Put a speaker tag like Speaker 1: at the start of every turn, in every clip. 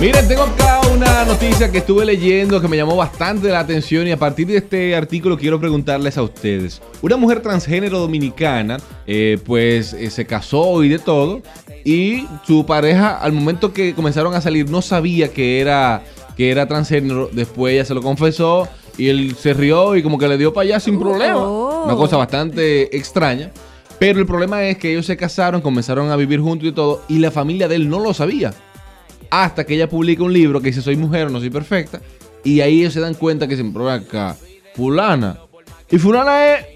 Speaker 1: Miren, tengo acá una noticia que estuve leyendo que me llamó bastante la atención y a partir de este artículo quiero preguntarles a ustedes. Una mujer transgénero dominicana, eh, pues eh, se casó y de todo, y su pareja al momento que comenzaron a salir no sabía que era, que era transgénero, después ella se lo confesó y él se rió y como que le dio para allá sin problema.
Speaker 2: Oh.
Speaker 1: Una cosa bastante extraña. Pero el problema es que ellos se casaron, comenzaron a vivir juntos y todo, y la familia de él no lo sabía hasta que ella publica un libro que dice soy mujer, no soy perfecta, y ahí ellos se dan cuenta que se prueba acá, fulana. Y fulana es...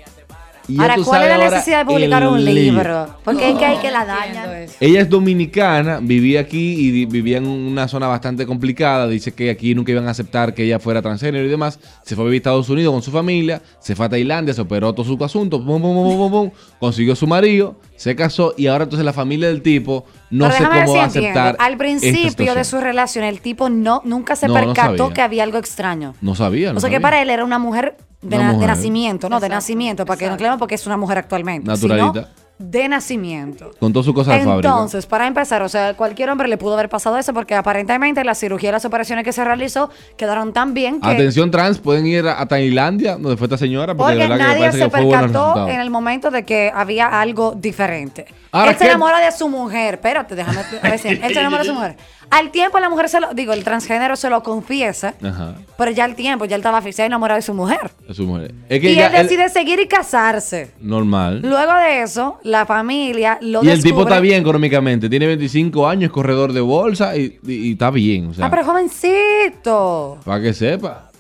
Speaker 1: y ya
Speaker 2: Ahora,
Speaker 1: tú
Speaker 2: ¿cuál
Speaker 1: sabes
Speaker 2: es la
Speaker 1: ahora
Speaker 2: necesidad de publicar
Speaker 1: el
Speaker 2: un libro? Porque es que hay que la
Speaker 3: Entiendo
Speaker 2: dañan.
Speaker 3: eso.
Speaker 1: Ella es dominicana, vivía aquí y di- vivía en una zona bastante complicada. Dice que aquí nunca iban a aceptar que ella fuera transgénero y demás. Se fue a vivir a Estados Unidos con su familia, se fue a Tailandia, se operó todo su asunto, pum, pum, pum, pum, pum, pum, consiguió su marido, se casó y ahora entonces la familia del tipo no
Speaker 2: Pero
Speaker 1: sé
Speaker 2: déjame ver
Speaker 1: cómo
Speaker 2: si
Speaker 1: va a
Speaker 2: entiendo.
Speaker 1: aceptar.
Speaker 2: Al
Speaker 1: esta
Speaker 2: principio de
Speaker 1: situación.
Speaker 2: su relación, el tipo no nunca se
Speaker 1: No, no
Speaker 2: percató
Speaker 1: sabía.
Speaker 2: que había algo extraño.
Speaker 1: No sabía. No
Speaker 2: o sea que
Speaker 1: sabía.
Speaker 2: para él era una mujer de,
Speaker 1: Una
Speaker 2: na- de
Speaker 1: mujer.
Speaker 2: nacimiento, no, de
Speaker 3: Exacto,
Speaker 2: nacimiento, para que no
Speaker 3: exacto.
Speaker 2: clamen porque es una mujer actualmente.
Speaker 1: Naturalita.
Speaker 2: sino de nacimiento.
Speaker 1: Con todas sus cosas de fábrica.
Speaker 2: Entonces, para empezar, o sea, cualquier hombre le pudo haber pasado eso porque aparentemente la cirugía y las operaciones que se realizó quedaron tan bien que
Speaker 1: Atención trans, pueden ir a, a Tailandia, donde fue esta señora, porque, de
Speaker 2: porque
Speaker 1: verdad que
Speaker 2: nadie
Speaker 1: parece
Speaker 2: se
Speaker 1: que fue bueno el
Speaker 2: percató
Speaker 1: resultado.
Speaker 2: en el momento de que había algo diferente.
Speaker 1: Ahora,
Speaker 2: él se
Speaker 1: ¿qué?
Speaker 2: enamora de su mujer, espérate, déjame decir, él se enamora de su mujer. Al tiempo la mujer se lo, digo, el transgénero se lo confiesa,
Speaker 1: Ajá.
Speaker 2: pero ya al tiempo, ya él estaba asfixiado y enamorado de su mujer.
Speaker 1: Es su mujer. Es que
Speaker 2: y
Speaker 1: ya
Speaker 2: él decide seguir y casarse.
Speaker 1: normal.
Speaker 2: Luego de eso, la familia lo
Speaker 1: Y el tipo
Speaker 2: descubre-
Speaker 1: está bien económicamente, tiene 25 años, es corredor de bolsa y, y- y está bien, o sea,
Speaker 2: Ah, pero jovencito.
Speaker 1: para que sepa.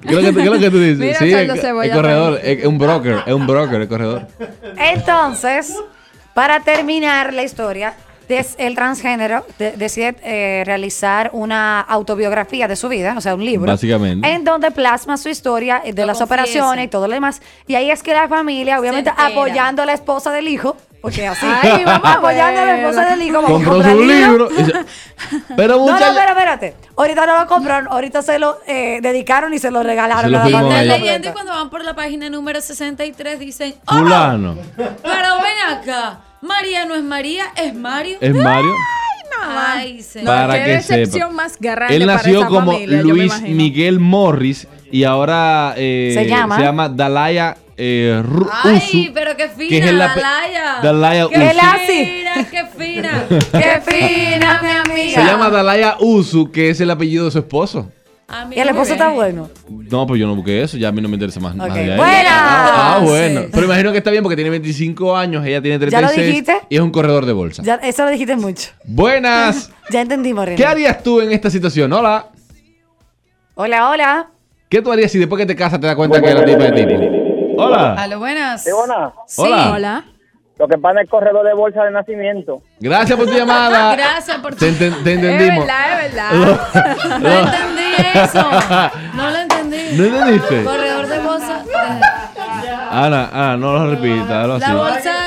Speaker 1: ¿Qué es lo que, qué es lo que tú dices?
Speaker 3: Mira,
Speaker 1: sí,
Speaker 3: Charlo
Speaker 1: es,
Speaker 3: Cebolla
Speaker 1: es corredor, es, es un broker, es un broker, es corredor.
Speaker 2: Entonces, para terminar la historia, des- el transgénero de- decide eh, realizar una autobiografía de su vida, o sea, un libro.
Speaker 1: Básicamente.
Speaker 2: En donde plasma su historia eh, de
Speaker 3: Lo
Speaker 2: las
Speaker 3: confiesa.
Speaker 2: operaciones y todo lo demás. Y ahí es que la familia, obviamente,
Speaker 3: entera.
Speaker 2: apoyando a la esposa del hijo, porque así,
Speaker 3: Ay, vamos a
Speaker 2: apoyando a la
Speaker 3: ver.
Speaker 2: esposa del hijo. vamos a
Speaker 1: Compró
Speaker 2: comprar
Speaker 1: su libro.
Speaker 2: libro.
Speaker 1: y se- Pero
Speaker 2: No, no,
Speaker 1: muchachos,
Speaker 2: espérate, espérate. Ahorita no lo compraron, ahorita se lo eh, dedicaron y se lo regalaron.
Speaker 1: Se lo
Speaker 2: a la
Speaker 1: firmó
Speaker 2: familia
Speaker 3: Están
Speaker 1: ella.
Speaker 3: leyendo y
Speaker 2: completa.
Speaker 3: cuando van por la página número 63 dicen, ¡Oh!
Speaker 1: fulano,
Speaker 3: Pero ven acá, María no es María, es Mario.
Speaker 1: es Mario.
Speaker 3: Ay, señor.
Speaker 1: Para-
Speaker 4: qué
Speaker 1: que sepa.
Speaker 4: decepción más grande
Speaker 1: Él
Speaker 4: para
Speaker 1: nació
Speaker 4: esa
Speaker 1: como
Speaker 4: familia, yo me
Speaker 1: Luis
Speaker 4: imagino.
Speaker 1: Miguel Morris y ahora eh,
Speaker 2: Se llama-
Speaker 1: Dalaya eh, Ru-
Speaker 3: Ay,
Speaker 1: Usu,
Speaker 3: pero qué fina,
Speaker 1: que es el ape-
Speaker 3: Dalaya.
Speaker 1: Dalaya
Speaker 3: qué
Speaker 1: Usu.
Speaker 3: fina, qué fina.
Speaker 2: Qué fina, mi amiga.
Speaker 1: Se llama Dalaya Usu, que es el apellido de su esposo.
Speaker 3: A mí
Speaker 2: Y el
Speaker 3: no
Speaker 2: esposo
Speaker 3: me
Speaker 2: está
Speaker 3: ven.
Speaker 2: bueno.
Speaker 1: No, pues yo no busqué eso, ya a mí no me interesa más, más
Speaker 2: Ok.
Speaker 1: allá de ahí.
Speaker 2: ¡Buena!
Speaker 1: Ah,
Speaker 3: Ah,
Speaker 1: bueno.
Speaker 3: sí.
Speaker 1: Pero imagino que está bien porque tiene 25 años, ella tiene
Speaker 2: ¿Ya lo
Speaker 1: 36
Speaker 2: dijiste?
Speaker 1: y es un corredor de bolsa.
Speaker 2: Ya, eso lo dijiste mucho.
Speaker 1: Buenas.
Speaker 2: Ya entendí, Moreno.
Speaker 1: ¿Qué harías tú en esta situación? Hola.
Speaker 2: Hola, hola.
Speaker 1: ¿Qué tú harías si después que te casas te das cuenta que la tipa es tipo? Hola.
Speaker 3: Aló, buenas.
Speaker 5: Sí, buena.
Speaker 3: Sí.
Speaker 1: Hola.
Speaker 4: Hola.
Speaker 5: Lo que pasa es corredor de bolsa de nacimiento.
Speaker 1: Gracias por tu llamada.
Speaker 3: Gracias por tu-
Speaker 1: Te, enten- te entendimos.
Speaker 4: Es verdad, es verdad.
Speaker 3: No entendí eso. No lo entendí.
Speaker 1: ¿No entendiste?
Speaker 3: Corredor de bolsa.
Speaker 1: Ana, Ana, no lo repitas. hazlo así.
Speaker 3: La bolsa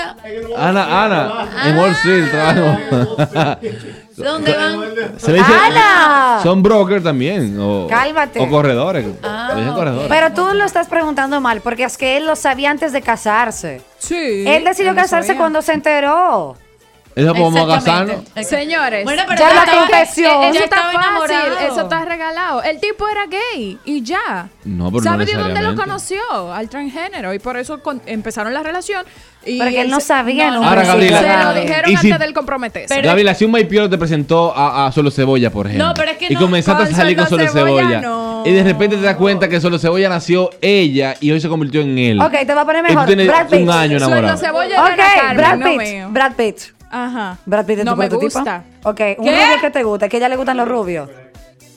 Speaker 3: Ah.
Speaker 1: Ana, Ana, en Wall Street trabajo.
Speaker 3: donde van.
Speaker 1: Se le dice-
Speaker 2: ¡Ana!
Speaker 1: Son brokers también. O,
Speaker 2: Cálmate.
Speaker 1: O corredores.
Speaker 3: Ah,
Speaker 1: se le dicen corredores.
Speaker 2: Pero tú lo estás preguntando mal, porque es que él lo sabía antes de casarse.
Speaker 4: Sí.
Speaker 2: él decidió
Speaker 4: yo no
Speaker 2: casarse
Speaker 4: sabía.
Speaker 2: cuando se enteró.
Speaker 1: Eso podemos
Speaker 3: Exactamente.
Speaker 1: casarnos.
Speaker 4: Señores.
Speaker 3: Bueno, pero
Speaker 2: Ya
Speaker 3: ya
Speaker 2: la
Speaker 3: estaba- eh,
Speaker 2: confesión.
Speaker 3: ya
Speaker 4: eso está
Speaker 3: estaba
Speaker 4: fácil,
Speaker 3: enamorado.
Speaker 4: eso está regalado. El tipo era gay y ya.
Speaker 1: No, pero no
Speaker 4: ¿Sabe de dónde lo
Speaker 1: necesariamente.
Speaker 4: conoció? Al transgénero. Y por eso con- empezaron la relación. Y
Speaker 2: Porque él no
Speaker 4: se-
Speaker 2: sabía en un
Speaker 1: Ahora,
Speaker 4: Se
Speaker 2: principio.
Speaker 1: Gabriela.
Speaker 4: lo
Speaker 1: Y
Speaker 4: dijeron
Speaker 1: si-
Speaker 4: antes del comprometerse.
Speaker 3: Pero-
Speaker 1: Gabriela, si un maipiolo te presentó a, a Solo Cebolla, por ejemplo.
Speaker 3: No, pero es que
Speaker 1: Y
Speaker 3: no,
Speaker 1: comenzaste
Speaker 4: con
Speaker 1: a salir con Solo
Speaker 4: Solo
Speaker 1: Cebolla.
Speaker 4: Cebolla, no.
Speaker 1: Y de repente te das cuenta que Solo Cebolla nació ella y hoy se convirtió en él.
Speaker 2: Ok, te voy a poner
Speaker 1: Y tú
Speaker 2: mejor.
Speaker 1: tienes
Speaker 2: Brad Pitt.
Speaker 1: un año
Speaker 4: Sueldo
Speaker 1: enamorado.
Speaker 4: cebolla
Speaker 2: Ok,
Speaker 4: de Ana Carmen,
Speaker 2: Brad
Speaker 4: no
Speaker 2: Pitt.
Speaker 4: mío.
Speaker 2: Brad Pitt.
Speaker 4: Ajá.
Speaker 2: Brad Pitt es
Speaker 4: no
Speaker 2: tu
Speaker 4: me
Speaker 2: prototipo.
Speaker 4: gusta.
Speaker 2: Ok, un
Speaker 3: ¿Qué?
Speaker 2: rubio que te gusta, que a ella le gustan los rubios.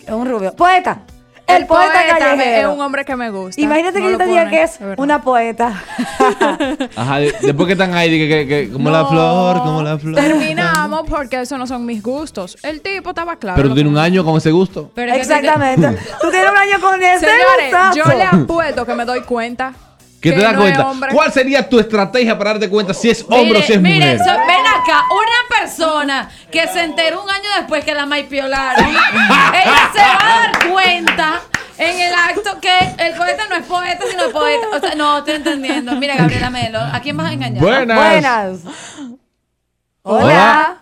Speaker 2: Un rubio. Poeta. El, poeta,
Speaker 4: me-
Speaker 2: callejero.
Speaker 4: es un hombre que me gusta.
Speaker 2: Imagínate
Speaker 4: No
Speaker 2: que yo
Speaker 4: lo
Speaker 2: te diga
Speaker 4: pone,
Speaker 2: que es
Speaker 4: de verdad.
Speaker 2: una poeta.
Speaker 1: Ajá, de- después que están ahí, de que, que- que como la
Speaker 4: No.
Speaker 1: flor, como la flor.
Speaker 4: Terminamos porque esos no son mis gustos. El tipo estaba claro.
Speaker 1: Pero tú
Speaker 4: lo
Speaker 1: tienes
Speaker 4: que-
Speaker 1: un año con ese gusto.
Speaker 3: Pero es que-
Speaker 2: Exactamente. Tú tienes un año con este ese
Speaker 4: Señores,
Speaker 2: gustazo.
Speaker 4: yo le apuesto que me doy cuenta.
Speaker 1: Que te das
Speaker 4: no es
Speaker 1: cuenta.
Speaker 4: hombre.
Speaker 1: ¿Cuál sería tu estrategia para darte cuenta si es hombre o si es
Speaker 3: mire,
Speaker 1: mujer?
Speaker 3: so- ven acá, una persona que se enteró un año después que la maipiolaron, ella se va a dar cuenta en el acto que el poeta no es poeta, sino poeta. O sea, no, estoy entendiendo. Mira, Gabriela Melo, ¿a quién vas a engañar?
Speaker 1: Buenas.
Speaker 2: Buenas. Hola.
Speaker 1: Hola.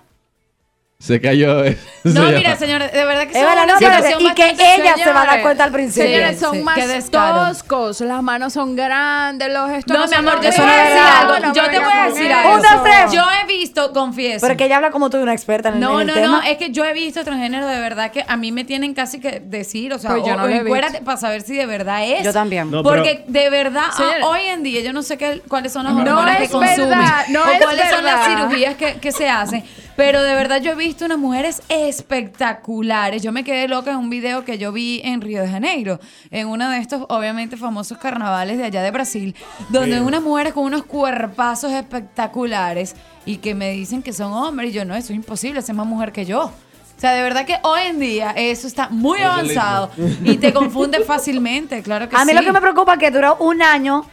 Speaker 1: Se cayó. eh. se
Speaker 3: No,
Speaker 1: llama-
Speaker 3: mira, señores, de verdad que
Speaker 2: Es verdad, no,
Speaker 3: una
Speaker 2: espérate,
Speaker 3: situación
Speaker 2: y que
Speaker 3: bastante-
Speaker 2: ella se va a dar cuenta al principio.
Speaker 4: Señores, son
Speaker 3: sí, qué
Speaker 4: más
Speaker 3: descaro.
Speaker 4: toscos. Las manos son grandes, los estos
Speaker 3: No, mi amor, yo
Speaker 2: Eso
Speaker 3: te voy
Speaker 2: no
Speaker 3: a
Speaker 2: es
Speaker 3: decir
Speaker 2: verdad.
Speaker 3: algo.
Speaker 2: No
Speaker 3: yo te voy a decir algo.
Speaker 2: Un, dos, tres.
Speaker 3: Yo he visto, confieso.
Speaker 2: Pero que ella habla como tú, una experta en el,
Speaker 3: no,
Speaker 2: en el
Speaker 3: no,
Speaker 2: tema.
Speaker 3: no, es que yo he visto transgénero de verdad que a mí me tienen casi que decir, o sea,
Speaker 4: Pues yo
Speaker 3: o-
Speaker 4: no
Speaker 3: o
Speaker 4: lo he visto.
Speaker 3: encuérate para saber si de verdad es.
Speaker 2: Yo también.
Speaker 6: No,
Speaker 3: Porque de verdad, a-
Speaker 4: Señora.
Speaker 3: hoy en día, yo no sé qué, cuáles son las
Speaker 4: No
Speaker 3: hormonas que
Speaker 4: es
Speaker 3: consumen
Speaker 4: verdad, no
Speaker 3: o
Speaker 4: es
Speaker 3: cuáles son las
Speaker 4: verdad.
Speaker 3: cirugías que, que se hacen, pero de verdad yo he visto unas mujeres espectaculares. Yo me quedé loca en un video que yo vi en Río de Janeiro, en uno de estos obviamente famosos carnavales de allá de Brasil, donde unas mujeres con unos cuerpazos espectaculares y que me dicen que son hombres y yo no, eso es imposible, esa es más mujer que yo. O sea, de verdad que hoy en día eso está muy avanzado y te confunde fácilmente, claro que
Speaker 2: A mí
Speaker 3: sí.
Speaker 2: lo que me preocupa es que duró un año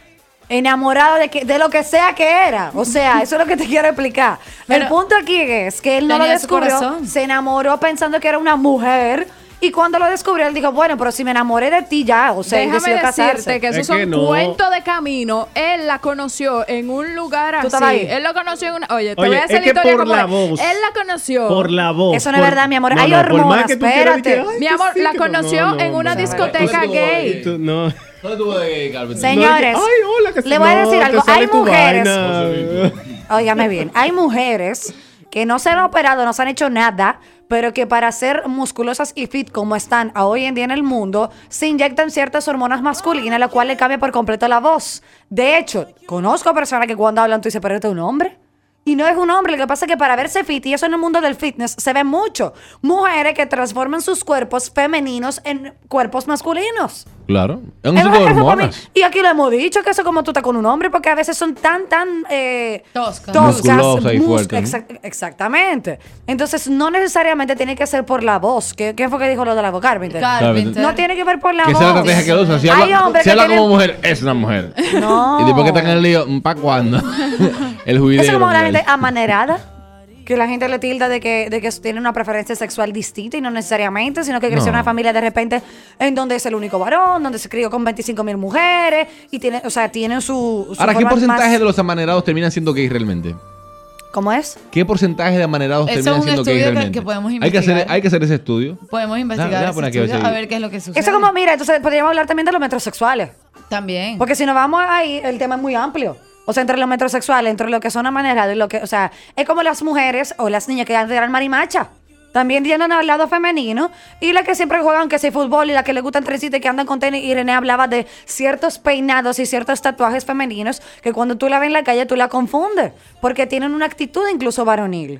Speaker 2: enamorado de, que, de lo que sea que era. O sea, eso es lo que te quiero explicar.
Speaker 3: Pero-
Speaker 2: el punto aquí es que él no lo
Speaker 3: Tenía su
Speaker 2: descubrió,
Speaker 3: corazón.
Speaker 2: se enamoró pensando que era una mujer. Y cuando lo descubrió, él dijo, bueno, pero si me enamoré de ti ya, o sea, él
Speaker 4: Déjame
Speaker 2: decidió
Speaker 4: decirte
Speaker 2: casarse.
Speaker 4: que eso
Speaker 6: Es
Speaker 4: son
Speaker 6: que no.
Speaker 4: cuentos de camino. Él la conoció en un lugar
Speaker 2: ¿Tú
Speaker 4: así.
Speaker 2: estabas ahí?
Speaker 4: Él lo conoció en una. Oye, te
Speaker 6: Oye,
Speaker 4: voy a
Speaker 6: es
Speaker 4: hacer la
Speaker 6: que
Speaker 4: historia
Speaker 6: por
Speaker 4: como
Speaker 6: la
Speaker 4: es.
Speaker 6: voz.
Speaker 4: Él la conoció.
Speaker 6: Por la voz.
Speaker 2: Eso no es
Speaker 6: por-
Speaker 2: verdad, mi amor. Hay
Speaker 6: por más
Speaker 2: hormonas,
Speaker 6: que tú quieras,
Speaker 2: espérate.
Speaker 6: dije, ay,
Speaker 4: Mi
Speaker 6: que
Speaker 4: amor,
Speaker 6: sí,
Speaker 4: la
Speaker 6: que no,
Speaker 4: conoció
Speaker 6: no, no,
Speaker 4: en una
Speaker 6: no.
Speaker 4: discoteca
Speaker 6: Tú no,
Speaker 4: gay.
Speaker 6: tú no.
Speaker 1: ¿Dónde tú vas, eh, Carmen?
Speaker 2: Señores,
Speaker 6: No, ay, hola, que sí.
Speaker 2: le voy a
Speaker 6: No,
Speaker 2: decir
Speaker 6: te
Speaker 2: algo.
Speaker 6: sale
Speaker 2: Hay
Speaker 6: tu
Speaker 2: mujeres,
Speaker 6: vaina.
Speaker 2: óigame bien, hay mujeres que no se han operado, no se han hecho nada, pero que para ser musculosas y fit como están a hoy en día en el mundo, se inyectan ciertas hormonas masculinas, la cual le cambia por completo la voz. De hecho, conozco personas que cuando hablan tú dices, pero este es un hombre. Y no es un hombre, lo que pasa es que para verse fit, y eso en el mundo del fitness se ve mucho, mujeres que transforman sus cuerpos femeninos en cuerpos masculinos.
Speaker 1: Claro. Es un
Speaker 2: Es
Speaker 1: tipo de
Speaker 2: verdad que eso para mí-
Speaker 1: hormonas.
Speaker 2: Y aquí lo hemos dicho, que eso como tú estás con un hombre, porque a veces son tan, tan... Eh,
Speaker 3: Toscas.
Speaker 1: Musculosas y
Speaker 2: mus-
Speaker 1: fuertes, ¿no?
Speaker 2: exact- exactamente. Entonces, no necesariamente tiene que ser por la voz. ¿Qué, qué fue que dijo lo de la voz, Carpenter?
Speaker 3: Carpenter.
Speaker 2: No tiene que ver por la
Speaker 1: Que
Speaker 2: voz.
Speaker 1: esa es la estrategia que usan. Si
Speaker 2: Hay
Speaker 1: habla,
Speaker 2: hombres
Speaker 1: si
Speaker 2: que
Speaker 1: habla
Speaker 2: tienen-
Speaker 1: como mujer, es una mujer.
Speaker 2: No.
Speaker 1: ¿Y después que están en el lío? ¿Para cuándo? el juidero.
Speaker 2: Eso es como la
Speaker 1: mujer.
Speaker 2: gente amanerada. Que la gente le tilda de que, de que tiene una preferencia sexual distinta y no necesariamente, sino que creció en
Speaker 1: No.
Speaker 2: una familia de repente en donde es el único varón, donde se crió con 25 mil mujeres y tiene, o sea, tiene su. su
Speaker 1: Ahora, ¿qué
Speaker 2: forma
Speaker 1: porcentaje
Speaker 2: más-
Speaker 1: de los amanerados terminan siendo gays realmente?
Speaker 2: ¿Cómo es?
Speaker 1: ¿Qué porcentaje de amanerados
Speaker 3: Eso es
Speaker 1: terminan
Speaker 3: un
Speaker 1: siendo
Speaker 3: estudio
Speaker 1: gays
Speaker 3: que-
Speaker 1: realmente?
Speaker 3: que podemos
Speaker 1: hay, que hacer,
Speaker 3: investigar.
Speaker 1: hay que hacer ese estudio.
Speaker 3: Podemos investigar
Speaker 1: Deja- deja
Speaker 3: ese
Speaker 1: poner aquí,
Speaker 3: estudio,
Speaker 1: sí.
Speaker 3: a ver qué es lo que sucede.
Speaker 2: Eso como, mira, entonces podríamos hablar también de los metrosexuales.
Speaker 3: También.
Speaker 2: Porque si nos vamos ahí, el tema es muy amplio. O sea, entre los metrosexuales, entre lo que son amanerados y lo que, o sea, es como las mujeres o las niñas que antes eran marimacha. También tienden al lado femenino. Y las que siempre juegan, que si fútbol y las que les gustan trencitas y que andan con tenis. Irene hablaba de ciertos peinados y ciertos tatuajes femeninos que cuando tú la ves en la calle tú la confundes. Porque tienen una actitud incluso varonil. Y no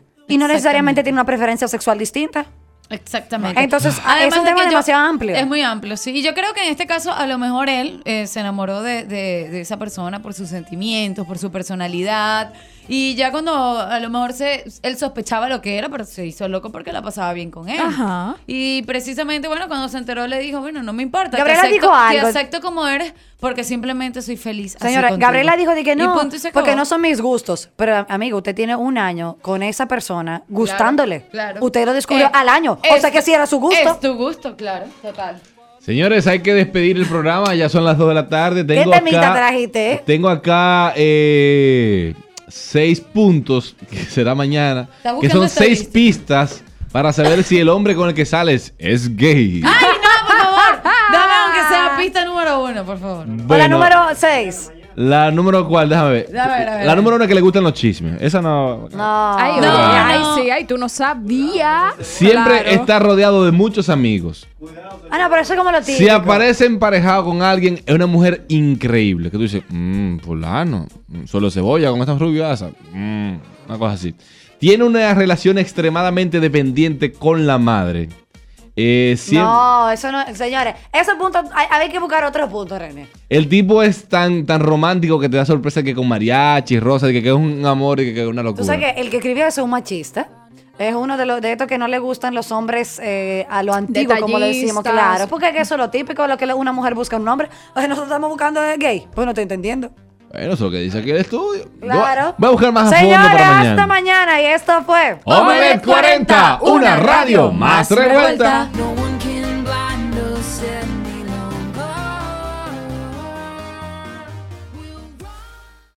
Speaker 3: Exactamente.
Speaker 2: necesariamente tienen una preferencia sexual distinta.
Speaker 3: Exactamente.
Speaker 2: Entonces, ah, es un
Speaker 3: de
Speaker 2: tema
Speaker 3: que yo-
Speaker 2: demasiado amplio.
Speaker 3: Es muy amplio, sí. Y yo creo que en este caso, a lo mejor él eh, se enamoró de, de- de esa persona por sus sentimientos, por su personalidad. Y ya cuando a lo mejor se, él sospechaba lo que era, pero se hizo loco porque la pasaba bien con él.
Speaker 4: Ajá.
Speaker 3: Y precisamente, bueno, cuando se enteró le dijo, bueno, no me importa.
Speaker 2: Gabriela
Speaker 3: te acepto,
Speaker 2: dijo
Speaker 3: te
Speaker 2: algo.
Speaker 3: acepto como eres porque simplemente soy feliz. así
Speaker 2: Señora,
Speaker 3: contigo".
Speaker 2: Gabriela dijo de que
Speaker 3: Y
Speaker 2: no,
Speaker 3: punto y se
Speaker 2: porque
Speaker 3: acabó.
Speaker 2: no son mis gustos. Pero, amigo, usted tiene un año con esa persona gustándole.
Speaker 3: claro.
Speaker 2: Usted lo descubrió
Speaker 3: Eh,
Speaker 2: al año. O
Speaker 3: es
Speaker 2: sea que
Speaker 3: tu-
Speaker 2: si era su
Speaker 3: Es
Speaker 2: gusto.
Speaker 3: tu gusto, claro, total.
Speaker 1: Señores, hay que despedir el programa. Ya son las 2 de la tarde. Tengo
Speaker 2: temita
Speaker 1: acá,
Speaker 2: trajiste, eh?
Speaker 1: Tengo acá eh, seis puntos, que será mañana,
Speaker 3: Está
Speaker 1: que
Speaker 3: buscando
Speaker 1: son seis
Speaker 3: estadística.
Speaker 1: pistas para saber si el hombre con el que sales es gay.
Speaker 3: ¡Ay, no, por favor! Dame aunque sea pista número uno, por favor.
Speaker 2: O la
Speaker 1: Bueno,
Speaker 2: número 6.
Speaker 1: La número cuál, déjame ver.
Speaker 3: Déjame ver, a ver.
Speaker 1: La número uno es que le gustan los chismes. Esa no.
Speaker 2: No.
Speaker 4: Ay,
Speaker 3: No,
Speaker 4: oye,
Speaker 3: no.
Speaker 4: ay, sí, ay, tú no sabías.
Speaker 1: Siempre
Speaker 6: este
Speaker 4: Claro.
Speaker 1: está rodeado de muchos amigos.
Speaker 2: Ah, no, pero eso es como lo tiene.
Speaker 1: Si aparece emparejado con alguien, es una mujer increíble. Que tú dices, mmm, fulano, mm, solo cebolla con estas rubias. mm", una cosa así. Tiene una relación extremadamente dependiente con la madre. Eh, siem-
Speaker 2: No, eso no. Señores, ese punto. Hay, hay que buscar otro punto, René.
Speaker 1: El tipo es tan, tan romántico que te da sorpresa que con mariachi, rosa, y que, que es un amor y que, que es una
Speaker 2: Tú
Speaker 1: locura.
Speaker 2: sabes que el que escribió eso es un machista. Es uno de los de estos que no le gustan los hombres eh, a lo antiguo, como le decimos,
Speaker 4: Detallistas.
Speaker 2: claro. Porque es que eso es lo típico, lo que le- una mujer busca un hombre. O sea, nosotros estamos buscando eh, gay. Pues no estoy entendiendo.
Speaker 1: Bueno, eso es lo que dice aquí el estudio. Yo
Speaker 2: Claro.
Speaker 1: Voy a buscar más a
Speaker 2: Señores,
Speaker 1: fondo para mañana.
Speaker 2: hasta mañana. Y esto fue.
Speaker 1: Omelet 40, una radio más revuelta.
Speaker 2: No